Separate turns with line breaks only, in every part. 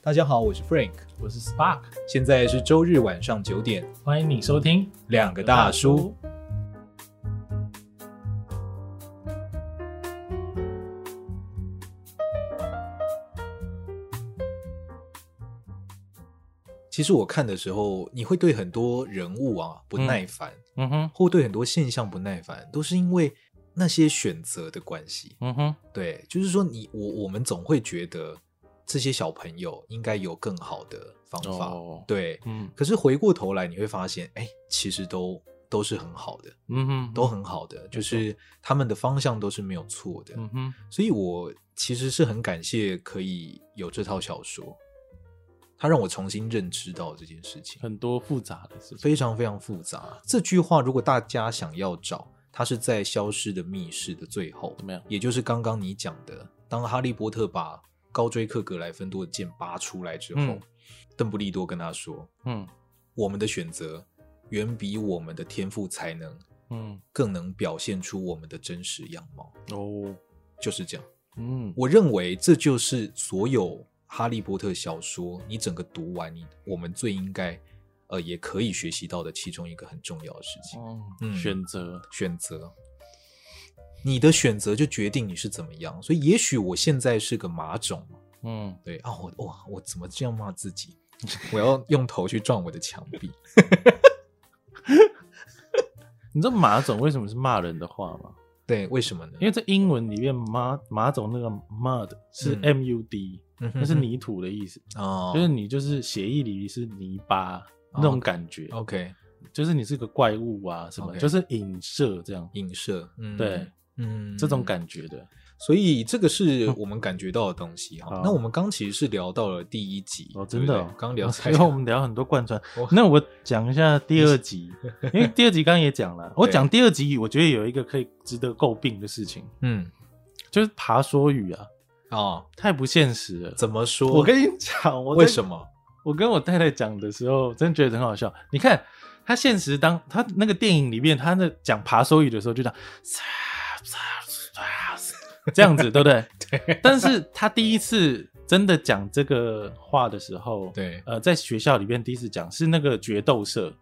大家好，我是 Frank，
我是 Spark，
现在是周日晚上九点，
欢迎你收听
两个大叔。其实我看的时候，你会对很多人物啊不耐烦，
嗯哼，
或对很多现象不耐烦，都是因为那些选择的关系。
嗯哼，
对，就是说你我我们总会觉得这些小朋友应该有更好的方法。
哦
对，
嗯
可是回过头来你会发现，哎，其实都都是很好的，
嗯哼，
都很好的，就是他们的方向都是没有错的。
嗯哼，
所以我其实是很感谢可以有这套小说，它让我重新认知到这件事情。
很多复杂的事情。
非常非常复杂。这句话如果大家想要找，它是在《消失的密室》的最后，
怎么样
也就是刚刚你讲的，当哈利波特把高追克格莱芬多的剑拔出来之后，
嗯
邓布利多跟他说
嗯：“
我们的选择远比我们的天赋才能
嗯
更能表现出我们的真实样貌。
哦”
就是这样。
嗯
我认为这就是所有《哈利波特》小说，你整个读完，你我们最应该，呃，也可以学习到的其中一个很重要的事情。
哦
嗯
选择
选择，你的选择就决定你是怎么样。所以，也许我现在是个马种，
嗯
对啊，我哇，我怎么这样骂自己？ 我要用头去撞我的墙壁。
你知道马总为什么是骂人的话吗？
对，为什么呢？
因为在英文里面马马总那个 mud 是
嗯
M U D，
为
那是泥土的意思，
哦
就是你就是协议里是泥巴那种感觉，
，OK，
就是你是个怪物啊什么，
OK
就是影射这样，
影射，嗯，
对，
嗯，
这种感觉的。
所以这个是
嗯
我们感觉到的东西哈
好。
那我们刚其实是聊到了第一集
啊哦，真的
对
哦、
不对刚聊
所
才
以我们聊很多贯穿
我。
那我讲一下第二集，因为第二集刚刚也讲了，我讲第二集，我觉得有一个可以值得诟病的事情，
嗯
就是爬梭语啊，
哦，
太不现实了。
怎么说？
我跟你讲，我
为什
么？
么？
我跟我太太讲的时候，真觉得很好笑。你看他现实当他那个电影里面，他那讲爬梭语的时候，就讲这样子，对不 对？对。但是他第一次真的讲这个话的时候，
对，
呃，在学校里面第一次讲是那个决斗社，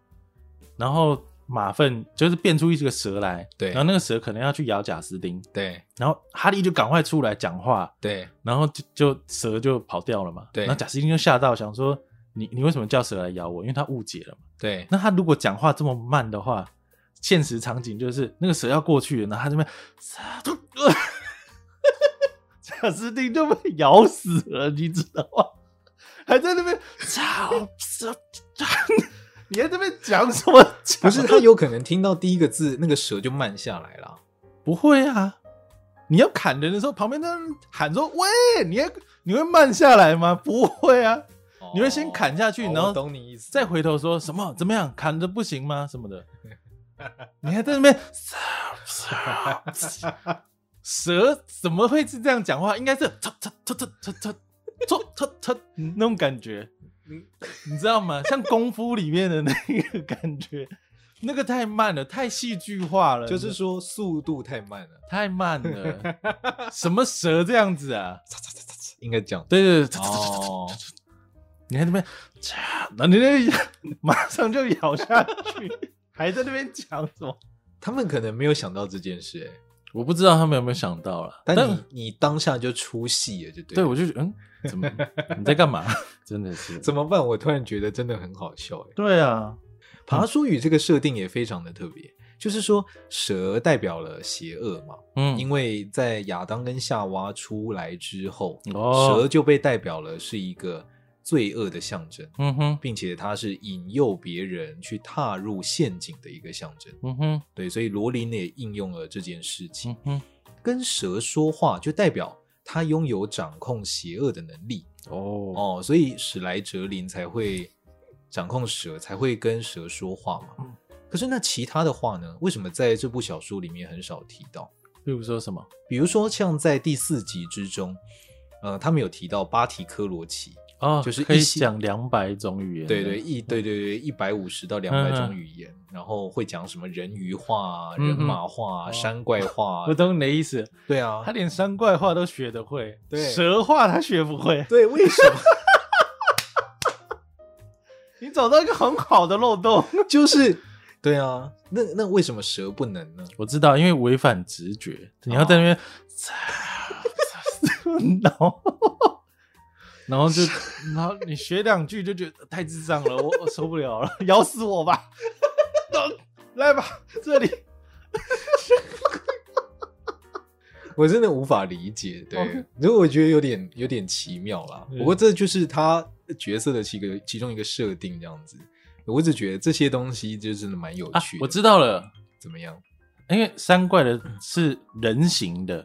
然后马粪就是变出一个蛇来，
对
然后那个蛇可能要去咬贾斯汀，
对，
然后哈利就赶快出来讲话，
对，
然后就就蛇就跑掉了嘛，
对
然后贾斯汀就吓到，想说你你为什么叫蛇来咬我？因为他误解了嘛。
对，
那他如果讲话这么慢的话，现实场景就是那个蛇要过去了，然后他这边 蛇突，贾斯汀就被咬死了，你知道吗？还在那边 操蛇， 你在这边讲什么？
不是他有可能听到第一个字，那个蛇就慢下来了。
不会啊！你要砍人的时候，旁边的人喊说：“喂，你要你会慢下来吗？”不会啊， 你会先砍下去
哦
然后
我懂你意思，
再回头说什么怎么样砍的不行吗？什么的，你还在那边蛇怎么会是这样讲话？应该是突突突突突突突突突那种感觉，你知道吗？像功夫里面的那个感觉，那个太慢了，太戏剧化了，
就是说速度太慢 了，
太慢了，什么蛇这样子啊？
应该这样。
对对对，
哦，
你还在那边，那你那马上就咬下去，还在那边讲什么？
他们可能没有想到这件事，哎，
我不知道他们有没有想到啦，
但你你当下就出戏了，就对了。
对我就觉得，嗯，怎 么你在干嘛？真的是，
怎么办？我突然觉得真的很好笑，哎。
对啊，
爬书语这个设定也非常的特别，就是说蛇代表了邪恶嘛，
嗯，
因为在亚当跟夏娃出来之后，
哦
蛇就被代表了是一个罪恶的象征，
嗯哼，
并且它是引诱别人去踏入陷阱的一个象征。
嗯哼，
对，所以罗琳也应用了这件事情
嗯，哼，
跟蛇说话就代表他拥有掌控邪恶的能力
哦，
哦，所以史莱哲林才会掌控蛇，才会跟蛇说话嘛。
嗯
可是那其他的话呢？为什么在这部小说里面很少提到？
比如说什么？
比如说像在第四集之中，呃，他们有提到巴提科罗奇，
哦，
就是
可以
一些
讲两百种语言，
对对，，一对对对，一百五十到两百
嗯嗯嗯
种语言，然后会讲什么人鱼话啊、
嗯嗯
人马话啊、
哦
山怪话
我
啊，
懂你的意思，
对啊
他，连山怪话都学得会，
对
蛇话他学不会，
对，为什么？
你找到一个很好的漏洞。
就是对啊，那那为什么蛇不能呢？
我知道，因为违反直觉，你要在那边， 然后然后就然后你学两句就觉得太智障了，我我受不了了，咬死我吧！来吧，这里
我真的无法理解。对
OK，
如果我觉得有点有点奇妙啦。
嗯
不过这就是他角色的其个其中一个设定这样子。我只觉得这些东西就真的蛮有
啊
趣，的。
我知道了，
怎么样？
因为山怪的是人形的，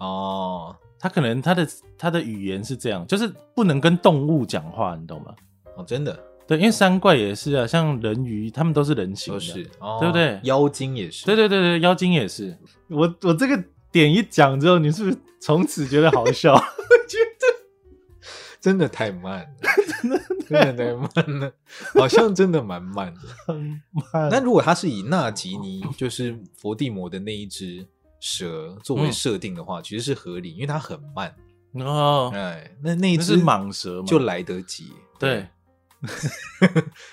哦
它可能它的它的语言是这样，就是不能跟动物讲话，你懂吗？
哦，真的
对，因为山怪也是啊，像人鱼，他们都是人形
都
的，
是，哦、
对不对
妖精也是，
对对对对，妖精也是。我我这个点一讲之后，你是不是从此觉得好笑？
真的太慢 了，真的太慢了，好像真的蛮慢 的。
很慢
那如果他是以纳吉尼，就是伏地魔的那一只蛇作为
嗯
设定的话，其实是合理，因为它很慢。
哦，
哎，那那一
那是
只
蟒蛇嘛？
就来得及，
对，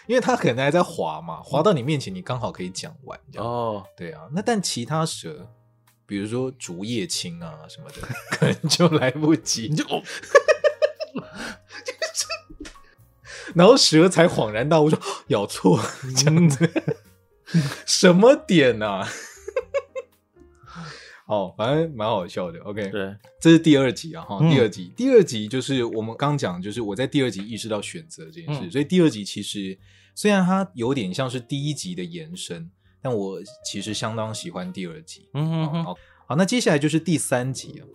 因为它可能还在滑嘛，滑到你面前，你刚好可以讲完。这样
嗯哦，
对啊，那但其他蛇，比如说竹叶青啊什么的， 可能就来不及
你，就哦，
然后蛇才恍然大悟说啊咬错，这样子，什么点啊？ 哦，反正蛮好笑的。OK，
嗯对，
这是第二集啊，哈，
嗯
第二集，第二集就是我们刚讲，就是我在第二集意识到选择这件事，
嗯
所以第二集其实虽然它有点像是第一集的延伸，但我其实相当喜欢第二集。
嗯哼哼，
好，好，那接下来就是第三集
嗯
啊，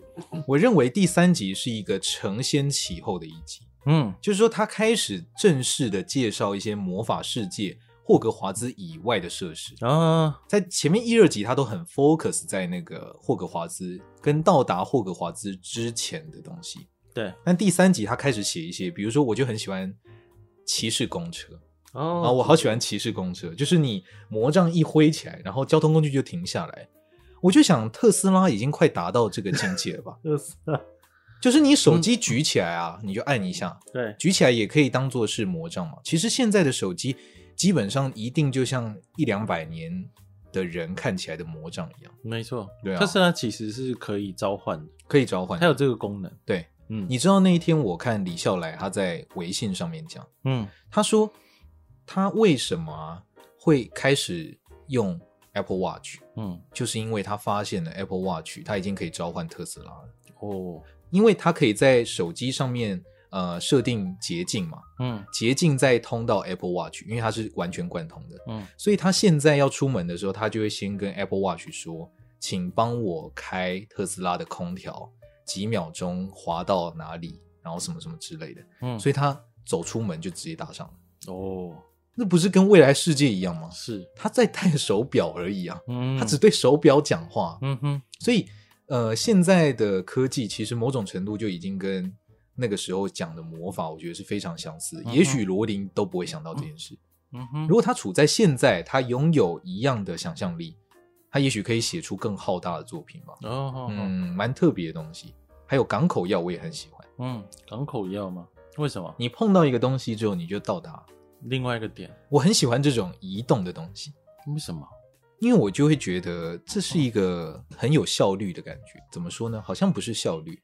我认为第三集是一个承先启后的一集，
嗯
就是说它开始正式的介绍一些魔法世界霍格华兹以外的设施。
啊，
在前面一二集，他都很 focus 在那个霍格华兹跟到达霍格华兹之前的东西，
嗯对，
但第三集他开始写一些，比如说我就很喜欢骑士公车啊、
哦？
我好喜欢骑士公车，就是你魔杖一挥起来，然后交通工具就停下来。我就想特斯拉已经快达到这个境界了吧
就是啊
就是你手机举起来啊，
嗯
你就按一下，
对，
举起来也可以当做是魔杖嘛。其实现在的手机基本上一定就像一两百年的人看起来的魔杖一样，
没错，
对啊
特斯拉其实是可以召唤的，
可以召唤
它。有这个功能。
对，
嗯，
你知道那一天我看李笑来他在微信上面讲，
嗯，
他说他为什么啊会开始用 Apple Watch，
嗯
就是因为他发现了 Apple Watch 它已经可以召唤特斯拉了，
哦，
因为它可以在手机上面呃设定捷径嘛，
嗯
捷径再通到 Apple Watch，因为它是完全贯通的，
嗯
所以他现在要出门的时候，他就会先跟 Apple Watch 说：“请帮我开特斯拉的空调，几秒钟滑到哪里，然后什么什么之类的。”
嗯，
所以
以
他走出门就直接打上了，
哦
那不是跟未来世界一样吗？
是，
他在戴手表而已啊，
嗯，
他只对手表讲话，
嗯哼，
所以呃，现在的科技其实某种程度就已经跟那个时候讲的魔法，我觉得是非常相似的。
嗯哼
也许罗琳都不会想到这件事。
嗯哼，
如果他处在现在，他拥有一样的想象力，他也许可以写出更浩大的作品吧。
哦，嗯
嗯，蛮特别的东西。还有港口药，我也很喜欢。
嗯，港口药吗？为什么？
你碰到一个东西之后，你就到达。
另外一个点，
我很喜欢这种移动的东西，
为什么？
因为我就会觉得这是一个很有效率的感觉。怎么说呢？好像不是效率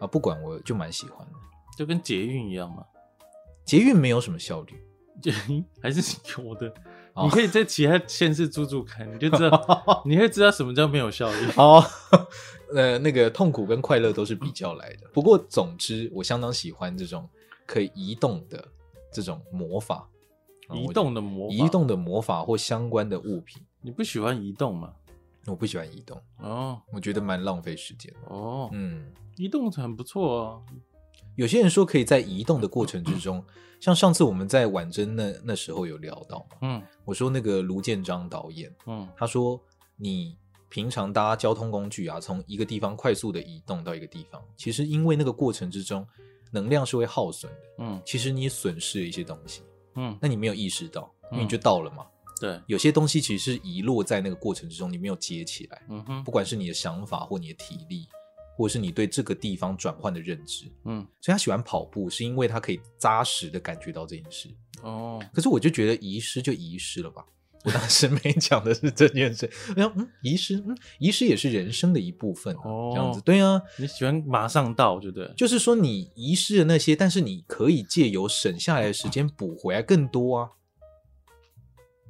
啊，不管我就蛮喜欢的。
就跟捷运一样嘛，
捷运没有什么效率，
捷运 还是有的。
哦
你可以在其他县市住住看，你就知 道，你会知道什么叫没有效率。
哦， 呃，那个痛苦跟快乐都是比较来的。不过，总之，我相当喜欢这种可以移动的这种魔法，嗯
移、动的魔
我
法，
移，动的魔法或相关的物品。
你不喜欢移动嘛？
我不喜欢移动，
哦
我觉得蛮浪费时间的。
哦，
嗯，
移动很不错哦。
有些人说可以在移动的过程之中，像上次我们在婉珍那那时候有聊到嘛，
嗯
我说那个卢建章导演，
嗯
他说你平常搭交通工具啊，从一个地方快速的移动到一个地方，其实因为那个过程之中，能量是会耗损的。
嗯
其实你损失了一些东西，
嗯，
那你没有意识到，因为
嗯
你就到了嘛。
对，
有些东西其实是遗落在那个过程之中，你没有接起来，
嗯哼
不，管是你的想法或你的体力，或者是你对这个地方转换的认知。
嗯，
所以他喜欢跑步，是因为他可以扎实的感觉到这件事。
哦，
可是我就觉得遗失就遗失了吧。 我当时没讲的是这件事，我想嗯，遗失，嗯，遗失也是人生的一部分、啊，
哦
这样子，对啊，
你喜欢马上到，对不对？
就是说你遗失的那些，但是你可以借由省下来的时间补回来更多啊，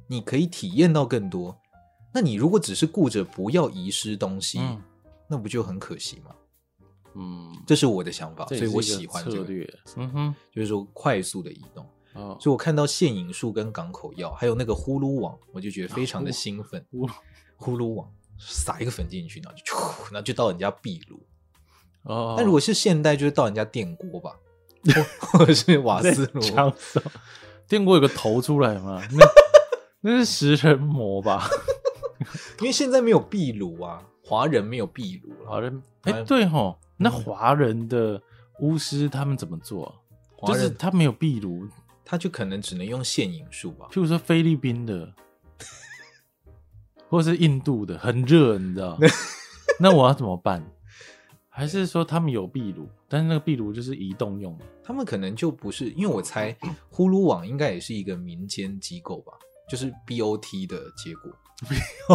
你可以体验到更多。那你如果只是顾着不要遗失东西，
嗯
那不就很可惜吗？
嗯，
这是我的想法，
这
所
也
以
是
我
一个
喜欢这
策
个，
略。嗯哼，
就是说快速的移动。
哦，
所以我看到现影树跟港口药，还有那个呼噜网，我就觉得非常的兴奋。
啊呼
呼噜网撒一个粉进去，然后就咻，然后就到人家壁炉。
哦，
但如果是现代，就是到人家电锅吧，或或者是瓦斯炉。
枪手，电锅有个头出来嘛？那那是食人魔吧？
因为现在没有壁炉啊，华人没有壁炉
华
了。
人，哎、
哎
对吼，那华人的巫师他们怎么做啊、
华
就是
人
他没有壁炉，
他就可能只能用现影术吧。
譬如说菲律宾的，或是印度的，很热，你知道？那我要怎么办？还是说他们有壁炉，但是那个壁炉就是移动用的？
他们可能就不是，因为我猜呼噜网应该也是一个民间机构吧，就是 BOT 的结果，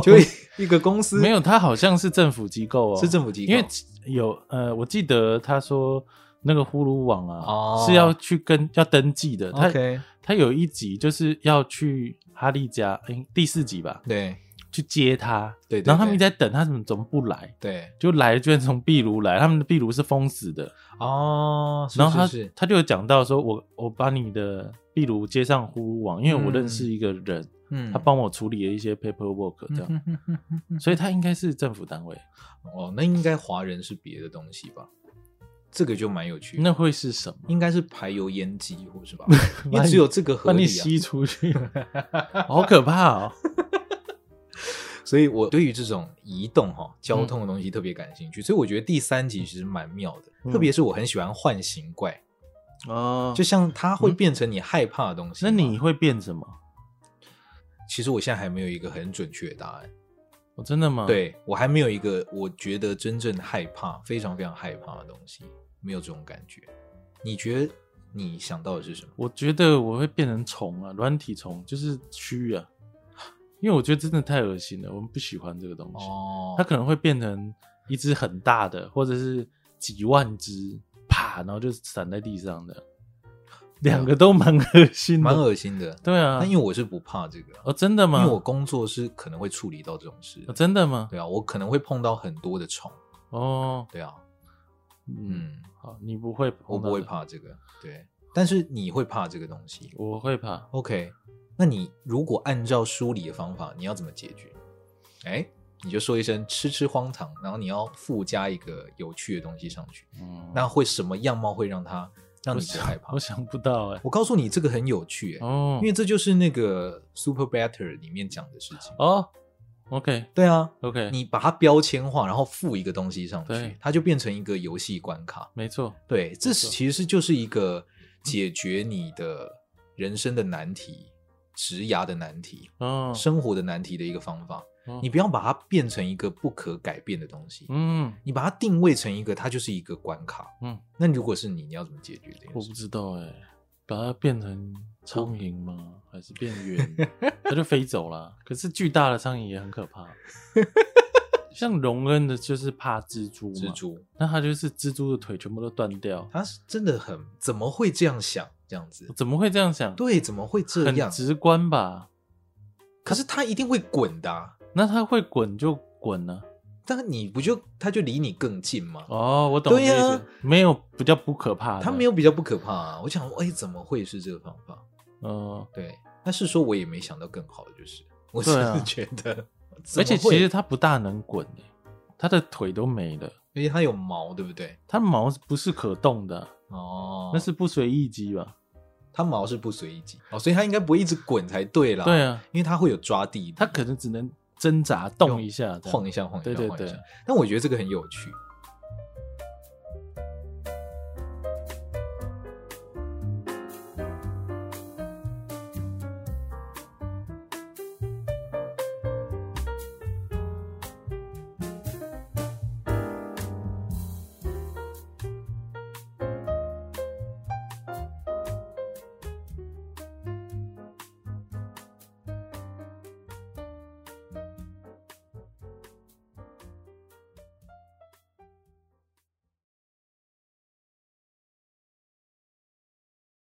就一个公司
没有，它好像是政府机构哦，
是政府机构，
因为有呃，我记得他说那个呼噜网啊、
哦
是要去跟要登记的，他
OK
他有一集就是要去哈利家，诶第四集吧，
对
去接他，
对对
然后他们
对
一直在等他，怎么怎么不来？
对
就来了居然从壁炉来，他们的壁炉是封死的，
哦，是
然后他
是是
他就有讲到说我我把你的壁炉接上呼噜网，因为我认识一个人，
嗯，
他帮我处理了一些 paperwork 这样，所以他应该是政府单位，
哦，那应该华人是别的东西吧？这个就蛮有趣的，
那会是什么？
应该是排油烟机或 是吧？因为只有这个合
把你
理
吸
啊。
出去，好可怕 哦！
所以我对于这种移动哈、交通的东西特别感兴趣，所以我觉得第三集其实蛮妙的，
嗯
特别是我很喜欢幻形怪，
哦
就像它会变成你害怕的东西
那
嘛。
你会变什么？
其实我现在还没有一个很准确的答案，
我真的吗？，
对我还没有一个我觉得真正害怕、非常非常害怕的东西，没有这种感觉。你觉得你想到的是什么？
我觉得我会变成虫啊，软体虫，就是蛆啊，因为我觉得真的太恶心了，我们不喜欢这个东西。
哦
它可能会变成一只很大的，或者是几万只，啪，然后就散在地上的，两个都蛮恶心的，
啊蛮恶心的。
对啊
但，因为我是不怕这个，
哦，真的
因为
吗？
我工作是可能会处理到这种事
哦。真的吗？
对啊，我可能会碰到很多的虫。
哦，
对啊，
嗯，
嗯，
好，你不会，
我不会，怕这个。对，但是你会怕这个东西。
我会怕，
OK，那你如果按照梳理的方法，你要怎么解决？哎，你就说一声“吃吃荒唐”，然后你要附加一个有趣的东西上去，
嗯，
那会什么样貌会让它让
我
你不
想
害怕
我？想不到哎、
我告诉你，这个很有趣、诶
哦
因为这就是那个 Super Better 里面讲的事情。
哦，OK
对啊，
OK，
你把它标签化，然后附一个东西上去
对，
它就变成一个游戏关卡。
没错，
对，这
没
是
错
其实就是一个解决你的人生的难题、职涯的难题、
哦，
生活的难题的一个方法。
哦
你不要把它变成一个不可改变的东西，
嗯
你把它定位成一个，它就是一个关卡。
嗯，
那如果是你，你要怎么解决这
我
件
不
事？
知道哎、把它变成苍蝇吗？还是变 圆？它就飞走了。可是巨大的苍蝇也很可怕，像荣恩的就是怕蜘蛛嘛，
蜘蛛，
那他就是蜘蛛的腿全部都断掉，
他是真的很怎么会这样想？这样子，
怎么会这样想？
对，怎么会这
嗯很
样？
直观吧？
可是他一定会滚的、啊，
那他会滚就滚啊呢、
但你不就他就离你更近吗？
哦，我懂你的意
对
思，
啊
没有比较不可怕的，
他没有比较不可怕啊。我想说，哎、怎么会是这个方法？
嗯。
对，但是说我也没想到更好的，就是我只
对啊
是觉得，
而
怎
且
么
其
会
实它不大能滚、欸，它的腿都没了，
因为它有毛，对不对？
它毛不是可动的啊、
哦，
那是不随意肌吧？
它毛是不随意挤哦，所以它应该不会一直滚才对啦。
对，啊，
因为它会有抓地力，
它可能只能挣扎动一下，这样
晃一下，晃一下，
对对
晃一下
对。
但我觉得这个很有趣，